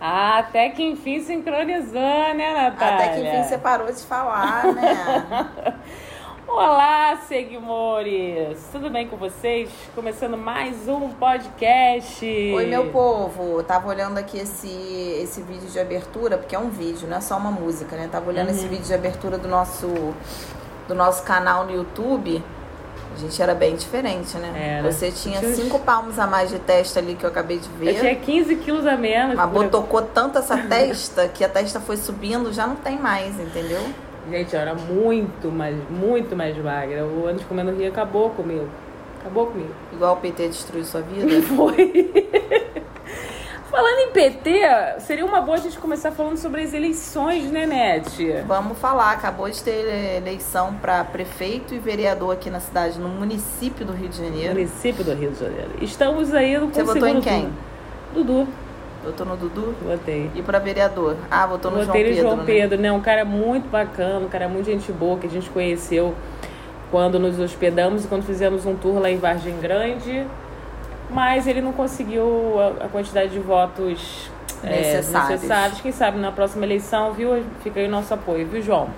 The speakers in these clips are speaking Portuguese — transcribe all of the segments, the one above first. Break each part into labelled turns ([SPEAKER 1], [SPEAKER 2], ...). [SPEAKER 1] Até que enfim sincronizou, né, Natália?
[SPEAKER 2] Até que enfim você parou de falar, né?
[SPEAKER 1] Olá, seguimores! Tudo bem com vocês? Começando mais um podcast.
[SPEAKER 2] Oi, meu povo. Tava olhando aqui esse, esse vídeo de abertura, porque é um vídeo, não é só uma música, né? Tava olhando
[SPEAKER 1] Uhum.
[SPEAKER 2] esse vídeo de abertura do nosso, do nosso canal no YouTube. A gente era bem diferente, né?
[SPEAKER 1] Era.
[SPEAKER 2] Você tinha
[SPEAKER 1] Tinha uns-
[SPEAKER 2] cinco palmos a mais de testa ali que eu acabei de
[SPEAKER 1] Eu
[SPEAKER 2] ver.
[SPEAKER 1] tinha 15 quilos a menos.
[SPEAKER 2] Mas
[SPEAKER 1] por-
[SPEAKER 2] botocou tanto essa testa que a testa foi subindo, já não tem mais, entendeu?
[SPEAKER 1] Gente, eu era muito mais, muito mais magra. O ano de comendo rio acabou comigo. Acabou comigo.
[SPEAKER 2] Igual o PT destruiu sua vida.
[SPEAKER 1] Foi. Falando em PT, seria uma boa a gente começar falando sobre as eleições, né, Nete?
[SPEAKER 2] Vamos falar, acabou de ter eleição para prefeito e vereador aqui na cidade, no município do Rio de Janeiro.
[SPEAKER 1] Município do Rio de Janeiro. Estamos aí no
[SPEAKER 2] Você votou em quem?
[SPEAKER 1] Dudu,
[SPEAKER 2] Votou no Dudu?
[SPEAKER 1] votei.
[SPEAKER 2] E para vereador? Ah, votou no
[SPEAKER 1] Votei no
[SPEAKER 2] João Pedro.
[SPEAKER 1] João
[SPEAKER 2] né?
[SPEAKER 1] Pedro, né? Um cara muito bacana, um cara muito gente boa que a gente conheceu quando nos hospedamos e quando fizemos um tour lá em Vargem Grande. Mas ele não conseguiu a, a quantidade de votos é,
[SPEAKER 2] Necessários.
[SPEAKER 1] necessários. Quem sabe na próxima eleição, viu? Fica aí o nosso apoio, viu, João?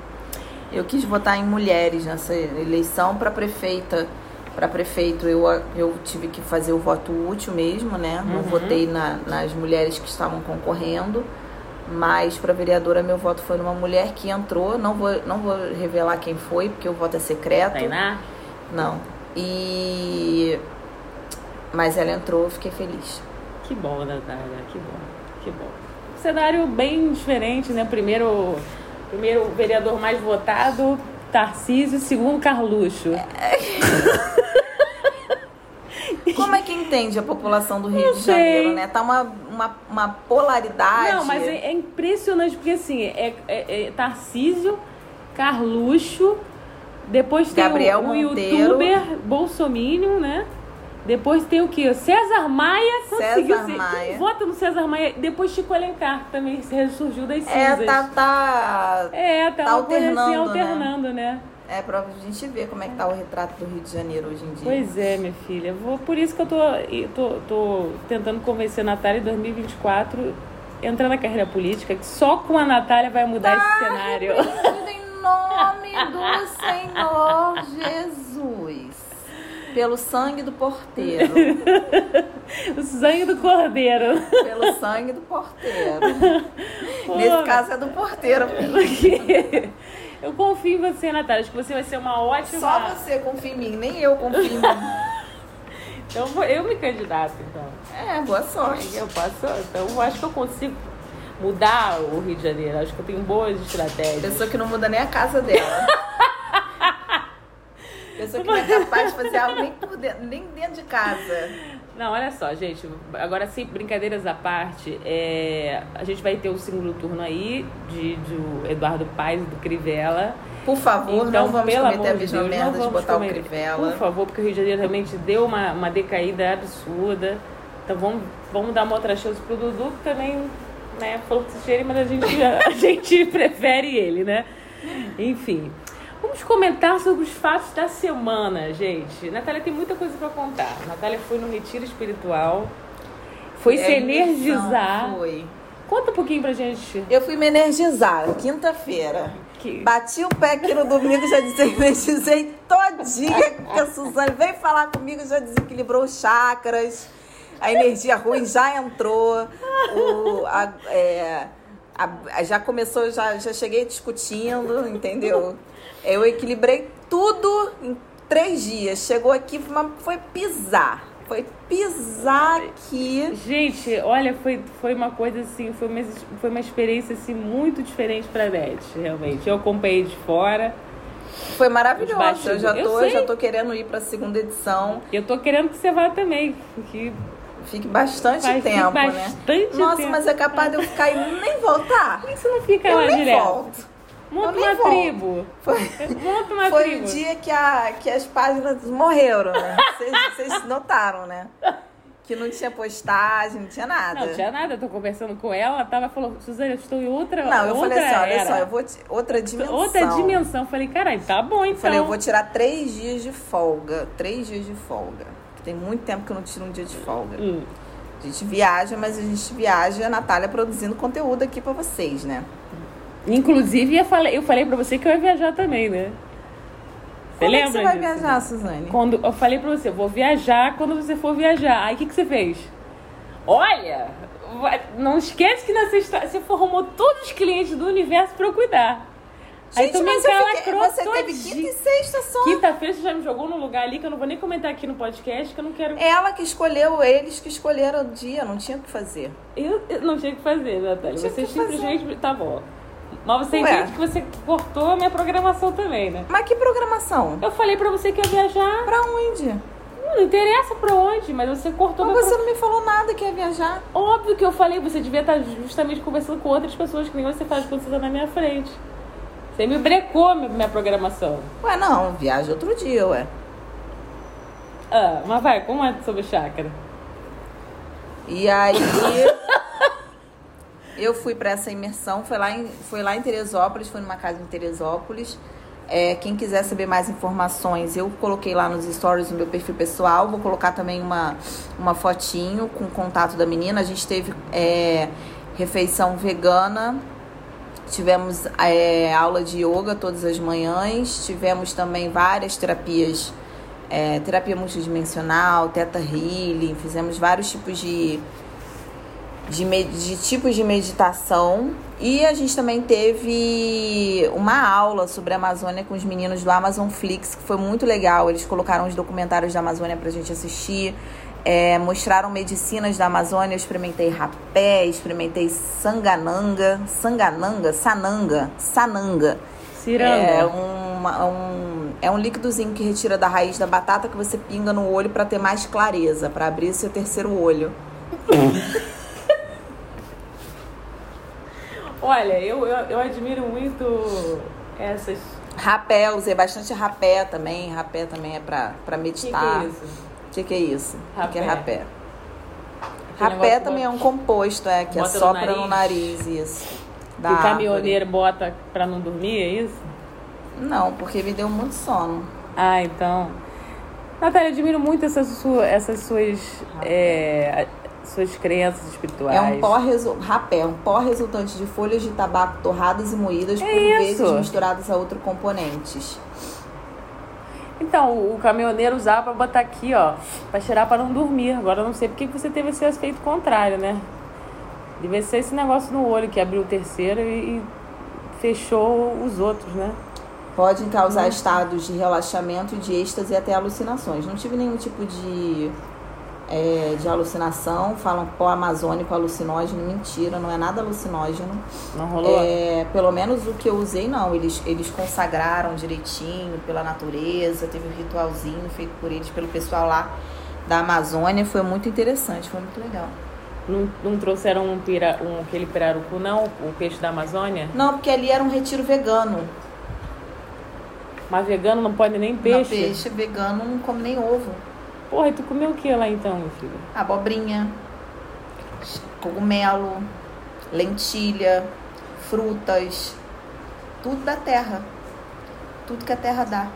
[SPEAKER 2] Eu quis votar em mulheres nessa eleição para prefeita. Para prefeito, eu, eu tive que fazer o voto útil mesmo, né?
[SPEAKER 1] Uhum.
[SPEAKER 2] Não votei na- nas mulheres que estavam concorrendo. Mas para vereadora, meu voto foi numa mulher que entrou. Não vou, não vou revelar quem foi, porque o voto é secreto.
[SPEAKER 1] Tainá?
[SPEAKER 2] Não. E. Mas ela entrou, eu fiquei feliz.
[SPEAKER 1] Que bom, Natália, que bom, que bom. Cenário bem diferente, né? Primeiro, primeiro vereador mais votado, Tarcísio, segundo Carluxo.
[SPEAKER 2] Como é que entende a população do Rio de
[SPEAKER 1] sei.
[SPEAKER 2] Janeiro, né? Tá uma, uma, uma polaridade.
[SPEAKER 1] Não, mas é, é impressionante, porque assim, é, é- é Tarcísio, Carluxo, depois tem
[SPEAKER 2] Gabriel
[SPEAKER 1] o, o
[SPEAKER 2] Monteiro.
[SPEAKER 1] youtuber Bolsominion, né? Depois tem o quê? César Maia. conseguiu
[SPEAKER 2] César
[SPEAKER 1] ser-
[SPEAKER 2] Maia.
[SPEAKER 1] Vota no César Maia. Depois Chico Alencar, que também ressurgiu das
[SPEAKER 2] É,
[SPEAKER 1] cinzas.
[SPEAKER 2] tá, tá.
[SPEAKER 1] É, tá,
[SPEAKER 2] Tá
[SPEAKER 1] uma coisa assim,
[SPEAKER 2] alternando, né?
[SPEAKER 1] alternando, né?
[SPEAKER 2] É pra gente ver como é que tá o retrato do Rio de Janeiro hoje em dia.
[SPEAKER 1] Pois é, minha filha. Vou, por isso que eu tô, e tô, tô tentando convencer a Natália em 2024 entrar na carreira política, que só com a Natália vai mudar esse cenário.
[SPEAKER 2] Tudo
[SPEAKER 1] é.
[SPEAKER 2] Em nome do Senhor Jesus. Pelo sangue do porteiro.
[SPEAKER 1] O sangue do cordeiro.
[SPEAKER 2] Pelo sangue do porteiro.
[SPEAKER 1] Pô,
[SPEAKER 2] Nesse caso é do porteiro.
[SPEAKER 1] porque Eu confio em você, Natália. Acho que você vai ser uma ótima.
[SPEAKER 2] Só você confia em mim, nem eu confio em mim.
[SPEAKER 1] Então, vou- eu me candidato, então.
[SPEAKER 2] É, boa sorte.
[SPEAKER 1] Eu posso. Então, eu acho que eu consigo mudar o Rio de Janeiro. Acho que eu tenho boas estratégias.
[SPEAKER 2] Pessoa que não muda nem a casa dela. Pessoa que não é capaz de fazer algo nem, por dentro, nem dentro de casa.
[SPEAKER 1] Não, olha só, gente. Agora, sim, brincadeiras à parte, é, a gente vai ter o segundo turno aí de, do Eduardo Paes e do Crivella.
[SPEAKER 2] Por favor,
[SPEAKER 1] então,
[SPEAKER 2] não vamos
[SPEAKER 1] pelo amor
[SPEAKER 2] cometer a
[SPEAKER 1] de
[SPEAKER 2] mesma
[SPEAKER 1] Deus, não
[SPEAKER 2] merda de
[SPEAKER 1] vamos
[SPEAKER 2] botar
[SPEAKER 1] cometer.
[SPEAKER 2] o crivela.
[SPEAKER 1] Por favor, porque o Rio de Janeiro realmente deu uma, uma decaída absurda. Então vamos, vamos dar uma outra chance pro Dudu, que também né, falou que se cheira, mas a gente, a gente prefere ele, né? Enfim. Vamos comentar sobre os fatos da semana, gente. Natália tem muita coisa pra contar. Natália foi no retiro espiritual, foi
[SPEAKER 2] É,
[SPEAKER 1] se
[SPEAKER 2] imersão,
[SPEAKER 1] energizar.
[SPEAKER 2] Foi.
[SPEAKER 1] Conta um pouquinho pra gente.
[SPEAKER 2] Eu fui me energizar quinta-feira.
[SPEAKER 1] Que...
[SPEAKER 2] Bati o pé aqui no domingo, já desenergizei todinha. Porque a Suzane veio falar comigo, já desequilibrou os chakras. A energia ruim já entrou. o- a- é, a- a- já começou, já, já cheguei discutindo, entendeu? Eu equilibrei tudo em três dias. Chegou aqui, mas foi pisar. Foi pisar aqui.
[SPEAKER 1] Gente, olha, foi, foi uma coisa assim, foi uma, foi uma experiência assim muito diferente pra Beth, realmente. Eu acompanhei de fora.
[SPEAKER 2] Foi maravilhoso. Eu já
[SPEAKER 1] Eu
[SPEAKER 2] tô,
[SPEAKER 1] sei.
[SPEAKER 2] já tô querendo ir pra segunda edição.
[SPEAKER 1] E eu tô querendo que você vá também, que
[SPEAKER 2] Fique bastante
[SPEAKER 1] faz
[SPEAKER 2] tempo, né?
[SPEAKER 1] bastante
[SPEAKER 2] Nossa,
[SPEAKER 1] tempo.
[SPEAKER 2] mas é capaz de eu ficar e nem voltar?
[SPEAKER 1] Por que você não fica
[SPEAKER 2] eu
[SPEAKER 1] lá
[SPEAKER 2] nem
[SPEAKER 1] direto?
[SPEAKER 2] volto.
[SPEAKER 1] Monta
[SPEAKER 2] Eu nem
[SPEAKER 1] uma
[SPEAKER 2] volto.
[SPEAKER 1] tribo.
[SPEAKER 2] Foi,
[SPEAKER 1] Monta uma
[SPEAKER 2] foi
[SPEAKER 1] tribo.
[SPEAKER 2] o dia que, a, que as páginas morreram, né? Vocês- Vocês notaram, né? Que não tinha postagem, não tinha nada.
[SPEAKER 1] Não, tinha nada, eu tô conversando com ela, ela tava falando, Suzana, eu estou em outra
[SPEAKER 2] Não, eu
[SPEAKER 1] outra
[SPEAKER 2] falei assim, olha
[SPEAKER 1] era.
[SPEAKER 2] só, eu vou... ti- Outra dimensão.
[SPEAKER 1] Outra dimensão. Eu Falei, caralho, tá bom então.
[SPEAKER 2] Falei, eu vou tirar três dias de folga. Três dias de folga. Tem muito tempo que eu não tiro um dia de folga.
[SPEAKER 1] Hum,
[SPEAKER 2] A gente viaja, mas a gente viaja, a Natália produzindo conteúdo aqui pra vocês, né?
[SPEAKER 1] Inclusive, eu falei, eu falei pra você que eu ia viajar também, né? Você
[SPEAKER 2] Quando é
[SPEAKER 1] lembra?
[SPEAKER 2] que você vai
[SPEAKER 1] disso?
[SPEAKER 2] viajar, Suzane?
[SPEAKER 1] Quando eu falei pra você, eu vou viajar quando você for viajar. Aí o que, que você fez? Olha, vai- não esquece que na sexta você formou todos os clientes do universo pra eu cuidar. Aí tu me
[SPEAKER 2] mas eu fiquei-
[SPEAKER 1] encalacrou
[SPEAKER 2] você teve
[SPEAKER 1] todinha.
[SPEAKER 2] quinta e sexta só.
[SPEAKER 1] Quinta-feira você já me jogou num lugar ali que eu não vou nem comentar aqui no podcast, que eu não quero.
[SPEAKER 2] Ela que escolheu, eles que escolheram o dia, não tinha o que fazer.
[SPEAKER 1] Eu, eu não tinha o que fazer, né, Natália.
[SPEAKER 2] Tinha o
[SPEAKER 1] Você
[SPEAKER 2] que fazer.
[SPEAKER 1] simplesmente. Tá bom. Mas você
[SPEAKER 2] Ué.
[SPEAKER 1] entende que você cortou a minha programação também, né?
[SPEAKER 2] Mas que programação?
[SPEAKER 1] Eu falei pra você que ia viajar.
[SPEAKER 2] Pra onde?
[SPEAKER 1] Não, não interessa pra onde, mas você cortou
[SPEAKER 2] Mas
[SPEAKER 1] meu
[SPEAKER 2] você não me falou nada que ia viajar.
[SPEAKER 1] Óbvio que eu falei, você devia estar justamente conversando com outras pessoas que nem você faz quando você tá na minha frente. Você me brecou minha, minha programação.
[SPEAKER 2] Ué, não, viaja outro dia, ué.
[SPEAKER 1] Ah, mas vai, como é sobre chácara?
[SPEAKER 2] E aí eu fui pra essa imersão, foi lá em, foi lá em Teresópolis, foi numa casa em Teresópolis. É, quem quiser saber mais informações, eu coloquei lá nos stories no meu perfil pessoal. Vou colocar também uma, uma fotinho com o contato da menina. A gente teve é, refeição vegana, tivemos é, aula de yoga todas as manhãs, tivemos também várias terapias é, terapia multidimensional, teta healing, fizemos vários tipos de, de, me- de tipos de meditação. E a gente também teve uma aula sobre a Amazônia com os meninos do Amazon Flix, que foi muito legal. Eles colocaram os documentários da Amazônia pra gente assistir. é, mostraram medicinas da Amazônia, eu experimentei rapé, experimentei sangananga, sangananga, sananga, sananga. É
[SPEAKER 1] Ciranda.
[SPEAKER 2] uma- um, é um líquidozinho que retira da raiz da batata que você pinga no olho pra ter mais clareza, pra abrir seu terceiro olho.
[SPEAKER 1] Olha, eu, eu, eu admiro muito essas.
[SPEAKER 2] Rapé, usei bastante rapé também. Rapé também é pra, pra
[SPEAKER 1] O que,
[SPEAKER 2] meditar.
[SPEAKER 1] que é isso?
[SPEAKER 2] O que, que é isso? O que que é
[SPEAKER 1] Rapé.
[SPEAKER 2] rapé?
[SPEAKER 1] Aquele
[SPEAKER 2] Rapé
[SPEAKER 1] negócio
[SPEAKER 2] também
[SPEAKER 1] que
[SPEAKER 2] é um composto, é, que
[SPEAKER 1] bota no
[SPEAKER 2] assopra no nariz, isso.
[SPEAKER 1] Que
[SPEAKER 2] Da
[SPEAKER 1] o
[SPEAKER 2] árvore.
[SPEAKER 1] caminhoneiro bota pra não dormir, é isso?
[SPEAKER 2] Não, porque me deu muito sono.
[SPEAKER 1] Ah, então. Natália, eu admiro muito essas, sua, essas suas, é, suas crenças espirituais.
[SPEAKER 2] É um pó resu... rapé, um pó resultante de folhas de tabaco torradas e moídas por
[SPEAKER 1] isso.
[SPEAKER 2] vezes misturadas a outros componentes.
[SPEAKER 1] Então, o caminhoneiro usava pra botar aqui, ó, pra cheirar pra não dormir. Agora eu não sei por que que você teve esse efeito contrário, né? Devia ser esse negócio no olho que abriu o terceiro e, e fechou os outros, né?
[SPEAKER 2] Podem causar estados de relaxamento, de êxtase e até alucinações. Não tive nenhum tipo de, é, de alucinação. Falam pó amazônico é alucinógeno. Mentira, não é nada alucinógeno.
[SPEAKER 1] Não rolou?
[SPEAKER 2] É, pelo menos o que eu usei, não. Eles, eles consagraram direitinho pela natureza. Teve um ritualzinho feito por eles, pelo pessoal lá da Amazônia. Foi muito interessante, foi muito legal.
[SPEAKER 1] Não, não trouxeram um pira, um, aquele pirarucu, não? O peixe da Amazônia?
[SPEAKER 2] Não, porque ali era um retiro vegano.
[SPEAKER 1] Mas vegano não pode nem
[SPEAKER 2] Peixe,
[SPEAKER 1] peixe.
[SPEAKER 2] peixe vegano não come nem ovo.
[SPEAKER 1] Porra, e tu comeu o que lá então, meu filho?
[SPEAKER 2] abobrinha, cogumelo, lentilha, frutas, tudo da terra. Tudo que a terra dá.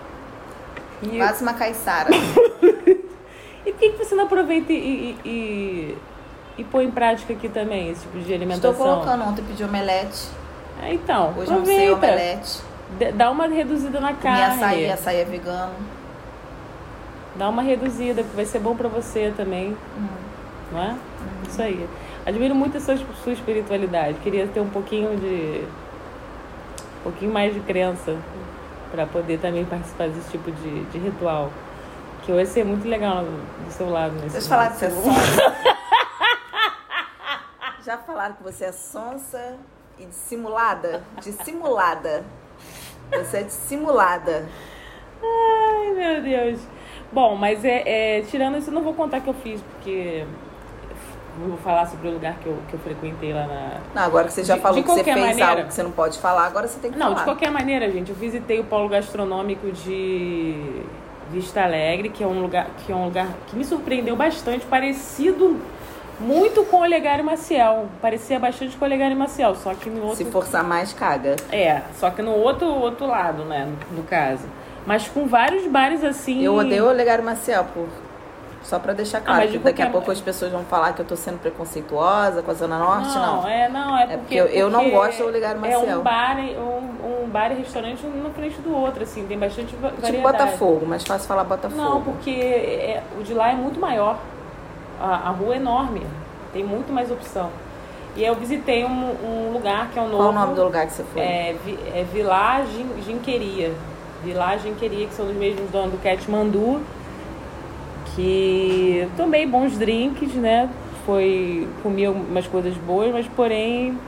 [SPEAKER 1] E,
[SPEAKER 2] Quase uma caiçara.
[SPEAKER 1] e por que, que você não aproveita e, e, e- e põe em prática aqui também esse tipo de alimentação?
[SPEAKER 2] Estou colocando, ontem pedi omelete,
[SPEAKER 1] Ah, então,
[SPEAKER 2] hoje não sei
[SPEAKER 1] aproveita.
[SPEAKER 2] omelete.
[SPEAKER 1] D- Dá uma reduzida na
[SPEAKER 2] Comi
[SPEAKER 1] carne.
[SPEAKER 2] açaí, açaí é vegano.
[SPEAKER 1] Dá uma reduzida, que vai ser bom pra você também,
[SPEAKER 2] Hum.
[SPEAKER 1] não é? Isso aí. Admiro muito a sua, sua espiritualidade. Queria ter um pouquinho de. um pouquinho mais de crença pra poder também participar desse tipo de, de ritual. Que vai ser muito legal do seu lado nesse
[SPEAKER 2] Vocês falaram que
[SPEAKER 1] nesse
[SPEAKER 2] você é sonsa. Já falaram que você é sonsa e dissimulada? Dissimulada. Você é dissimulada.
[SPEAKER 1] Ai, meu Deus. Bom, mas é, é, tirando isso, eu não vou contar que eu fiz, porque eu vou falar sobre o lugar que eu, que eu frequentei lá na.
[SPEAKER 2] Não, agora que você já
[SPEAKER 1] De-
[SPEAKER 2] falou
[SPEAKER 1] de
[SPEAKER 2] que você
[SPEAKER 1] qualquer
[SPEAKER 2] fez
[SPEAKER 1] maneira.
[SPEAKER 2] algo que você não pode falar, agora você tem que
[SPEAKER 1] Não,
[SPEAKER 2] falar.
[SPEAKER 1] de qualquer maneira, gente, eu visitei o polo gastronômico de Vista Alegre, que é um lugar que, é um lugar que me surpreendeu bastante, parecido muito com o Olegário Maciel. Parecia bastante com o Olegário Maciel, só que no outro
[SPEAKER 2] Se forçar mais, caga.
[SPEAKER 1] É, só que no outro, outro lado, né, no, no caso. Mas com vários bares assim.
[SPEAKER 2] Eu odeio o Olegário Maciel por Só pra deixar
[SPEAKER 1] Ah,
[SPEAKER 2] claro,
[SPEAKER 1] mas de
[SPEAKER 2] que daqui a
[SPEAKER 1] qualquer-
[SPEAKER 2] pouco as pessoas vão falar que eu tô sendo preconceituosa com a Zona Norte, não.
[SPEAKER 1] é, não, é porque,
[SPEAKER 2] porque eu- eu não
[SPEAKER 1] porque
[SPEAKER 2] gosto do Olegário
[SPEAKER 1] É
[SPEAKER 2] Maciel.
[SPEAKER 1] um bar, e- um, um bar e restaurante um na frente do outro, assim, tem bastante va-
[SPEAKER 2] Tipo
[SPEAKER 1] variedade.
[SPEAKER 2] Botafogo, mas fácil falar Botafogo.
[SPEAKER 1] Não, porque é- o de lá é muito maior. A, a rua é enorme, tem muito mais opção. E eu visitei um, um lugar que é um novo.
[SPEAKER 2] Qual o nome do lugar que você foi?
[SPEAKER 1] É, vi, é Village Ginqueria. Village Ginqueria, que são os mesmos donos do Catmandu. Que tomei bons drinks, né? Foi, comi algumas coisas boas, mas porém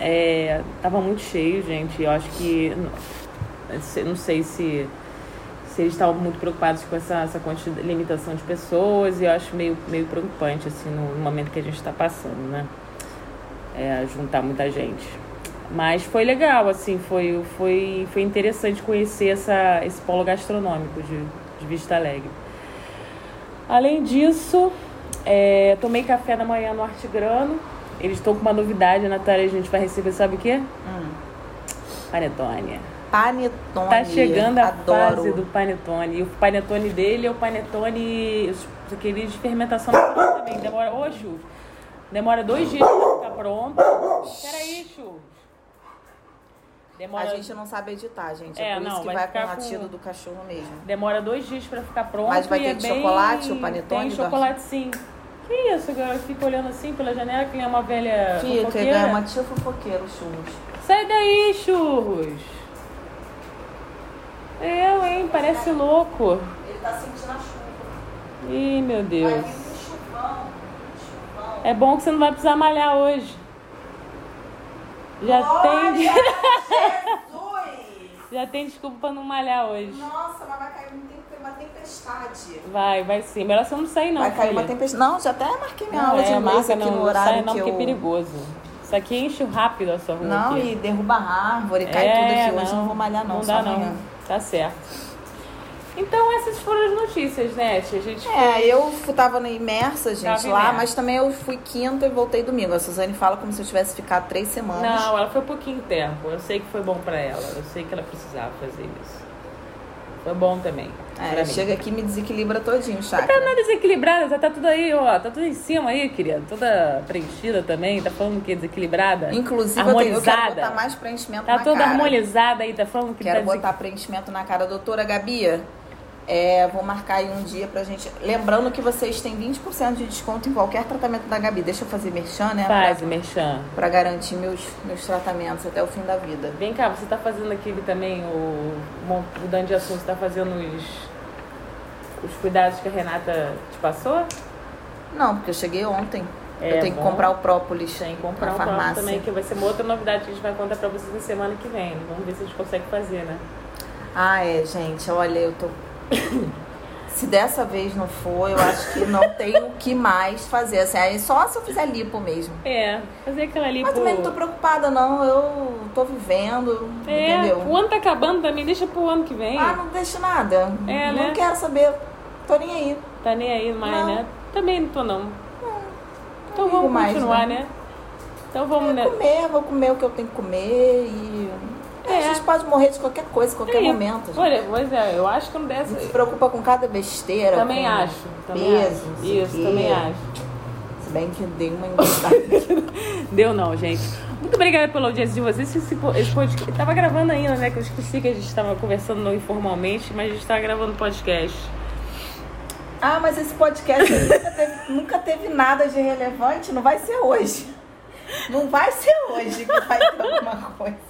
[SPEAKER 1] é, tava muito cheio, gente. Eu acho que. não- se- Não sei se, se eles estavam muito preocupados com essa, essa quantidade, limitação de pessoas, e eu acho meio, meio preocupante, assim, no, no momento que a gente está passando, né? é, juntar muita gente. Mas foi legal, assim, foi, foi, foi interessante conhecer essa, esse polo gastronômico de, de Vista Alegre. Além disso, é, tomei café da manhã no Artigrano. Eles estão com uma novidade, a Natália, a gente vai receber, sabe o quê? Panetone.
[SPEAKER 2] Panetone.
[SPEAKER 1] Tá chegando a
[SPEAKER 2] Adoro.
[SPEAKER 1] fase do panetone. E o panetone dele é o panetone, os- aquele de fermentação natural também. Demora, ô Chu, demora dois dias pra ficar pronto. Peraí, Chu.
[SPEAKER 2] A
[SPEAKER 1] Demora,
[SPEAKER 2] gente não sabe editar, gente. É,
[SPEAKER 1] É,
[SPEAKER 2] por isso
[SPEAKER 1] não,
[SPEAKER 2] que
[SPEAKER 1] vai
[SPEAKER 2] vai, com
[SPEAKER 1] ficar
[SPEAKER 2] o latido
[SPEAKER 1] com-
[SPEAKER 2] do cachorro mesmo.
[SPEAKER 1] demora dois dias pra ficar pronto.
[SPEAKER 2] Mas vai
[SPEAKER 1] e
[SPEAKER 2] ter
[SPEAKER 1] é
[SPEAKER 2] de
[SPEAKER 1] bem-
[SPEAKER 2] chocolate o panetone,
[SPEAKER 1] Tem
[SPEAKER 2] Dor?
[SPEAKER 1] chocolate sim. Que isso, agora eu fico olhando assim pela janela que nem uma velha
[SPEAKER 2] Fica,
[SPEAKER 1] fofoqueira.
[SPEAKER 2] é uma tia fofoqueira, o churros.
[SPEAKER 1] Sai daí, churros. Eu, hein? Parece louco.
[SPEAKER 2] Ele tá sentindo a chuva.
[SPEAKER 1] Ih, meu Deus.
[SPEAKER 2] chuvão. Chuvão.
[SPEAKER 1] É bom que você não vai precisar malhar hoje. Já tem,
[SPEAKER 2] Jesus!
[SPEAKER 1] já tem desculpa pra não malhar hoje.
[SPEAKER 2] Nossa, mas vai cair uma tempestade.
[SPEAKER 1] Vai, vai sim. Melhor você não sair não,
[SPEAKER 2] Vai cair uma
[SPEAKER 1] filha.
[SPEAKER 2] tempestade. Não, já até marquei minha aula
[SPEAKER 1] é,
[SPEAKER 2] de inglês
[SPEAKER 1] marca
[SPEAKER 2] aqui
[SPEAKER 1] não,
[SPEAKER 2] no
[SPEAKER 1] não
[SPEAKER 2] horário
[SPEAKER 1] sai não,
[SPEAKER 2] que
[SPEAKER 1] porque
[SPEAKER 2] eu...
[SPEAKER 1] é perigoso. Isso aqui enche rápido a sua rua
[SPEAKER 2] Não,
[SPEAKER 1] aqui. É,
[SPEAKER 2] e derruba a árvore, cai tudo aqui hoje. Não vou malhar não,
[SPEAKER 1] Não
[SPEAKER 2] só
[SPEAKER 1] dá
[SPEAKER 2] amanhã.
[SPEAKER 1] não, tá certo. Então essas foram as notícias, né? Tia? A gente
[SPEAKER 2] É, eu fu- tava na imersa, gente,
[SPEAKER 1] Tava
[SPEAKER 2] lá,
[SPEAKER 1] imersa.
[SPEAKER 2] mas também eu fui quinta e voltei domingo. A Suzane fala como se eu tivesse ficado três semanas.
[SPEAKER 1] Não, ela foi pouquinho tempo. Eu sei que foi bom pra ela. Eu sei que ela precisava fazer isso. Foi bom também.
[SPEAKER 2] É,
[SPEAKER 1] pra mim.
[SPEAKER 2] chega aqui e me desequilibra todinho,
[SPEAKER 1] Tá
[SPEAKER 2] chakra.
[SPEAKER 1] nada desequilibrada, tá, tá tudo aí, ó. Tá tudo em cima aí, querida. Toda preenchida também. Tá falando que é desequilibrada.
[SPEAKER 2] Inclusive, eu, tenho, eu
[SPEAKER 1] harmonizada.
[SPEAKER 2] quero botar mais preenchimento
[SPEAKER 1] Tá
[SPEAKER 2] na
[SPEAKER 1] toda
[SPEAKER 2] cara.
[SPEAKER 1] harmonizada aí, tá falando que
[SPEAKER 2] Quero
[SPEAKER 1] tá
[SPEAKER 2] botar preenchimento na cara. Doutora Gabi, é, vou marcar aí um dia pra gente. Lembrando que vocês têm 20% de desconto em qualquer tratamento da Gabi. Deixa eu fazer merchan, né? pra-
[SPEAKER 1] Faz, Merchan.
[SPEAKER 2] Pra garantir meus, meus tratamentos até o fim da vida.
[SPEAKER 1] Vem cá, você tá fazendo aquele também, o bom, mudando de assunto, você tá fazendo os, os cuidados que a Renata te passou?
[SPEAKER 2] Não, porque eu cheguei ontem.
[SPEAKER 1] É,
[SPEAKER 2] eu tenho
[SPEAKER 1] bom.
[SPEAKER 2] que comprar o própolis
[SPEAKER 1] Tem que comprar
[SPEAKER 2] na
[SPEAKER 1] um próprio
[SPEAKER 2] farmácia.
[SPEAKER 1] também, que vai ser uma outra novidade que a gente vai contar pra vocês na semana que vem. Vamos ver se a gente consegue fazer, né?
[SPEAKER 2] Ah, é, gente, olha, eu tô. se dessa vez não for, eu acho que não tenho o que mais fazer. Assim, aí só se eu fizer lipo mesmo.
[SPEAKER 1] É, fazer aquela ali
[SPEAKER 2] Mas
[SPEAKER 1] pro-
[SPEAKER 2] também não tô preocupada, não. Eu tô vivendo,
[SPEAKER 1] É, o
[SPEAKER 2] entendeu?
[SPEAKER 1] ano tá acabando também, deixa pro ano que vem.
[SPEAKER 2] Ah, não deixo nada.
[SPEAKER 1] É,
[SPEAKER 2] não
[SPEAKER 1] né?
[SPEAKER 2] quero saber. Tô nem aí.
[SPEAKER 1] Tá nem aí mais,
[SPEAKER 2] Não.
[SPEAKER 1] né? Também não tô não. Então
[SPEAKER 2] ligo
[SPEAKER 1] vamos
[SPEAKER 2] mais,
[SPEAKER 1] continuar,
[SPEAKER 2] não.
[SPEAKER 1] né? Então vamos, né?
[SPEAKER 2] Vou comer, vou comer o que eu tenho que comer e.
[SPEAKER 1] É.
[SPEAKER 2] A gente pode morrer de qualquer coisa, qualquer
[SPEAKER 1] Aí,
[SPEAKER 2] momento. gente.
[SPEAKER 1] Olha, pois é, eu acho que não dessa.
[SPEAKER 2] Se preocupa com cada besteira.
[SPEAKER 1] Também
[SPEAKER 2] com
[SPEAKER 1] acho. Também
[SPEAKER 2] peso,
[SPEAKER 1] acho.
[SPEAKER 2] não sei o
[SPEAKER 1] Isso,
[SPEAKER 2] quê.
[SPEAKER 1] também acho.
[SPEAKER 2] Se bem que dei uma engordada.
[SPEAKER 1] Deu não, gente. Muito obrigada pela audiência de vocês. Esse, po- esse podcast. Tava gravando ainda, né? Que eu esqueci que a gente tava conversando informalmente, mas a gente tava gravando podcast.
[SPEAKER 2] ah, mas esse podcast nunca teve, nunca teve nada de relevante. Não vai ser hoje. Não vai ser hoje que vai ter alguma coisa.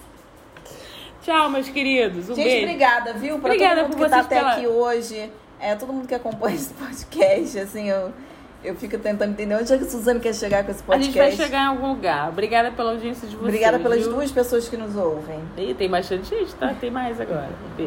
[SPEAKER 1] Tchau, meus queridos. Um
[SPEAKER 2] Gente,
[SPEAKER 1] beijo.
[SPEAKER 2] obrigada, viu? Pra
[SPEAKER 1] Obrigada
[SPEAKER 2] todo mundo
[SPEAKER 1] por
[SPEAKER 2] que tá
[SPEAKER 1] vocês
[SPEAKER 2] até
[SPEAKER 1] pela-
[SPEAKER 2] aqui hoje. É, todo mundo que acompanha esse podcast, assim, eu, eu fico tentando entender onde é que a Suzane quer chegar com esse
[SPEAKER 1] A
[SPEAKER 2] podcast.
[SPEAKER 1] gente vai chegar em algum lugar. Obrigada pela audiência de vocês.
[SPEAKER 2] Obrigada pelas
[SPEAKER 1] viu?
[SPEAKER 2] duas pessoas que nos ouvem.
[SPEAKER 1] Ih, tem bastante gente, tá? Tem mais agora. Beijo.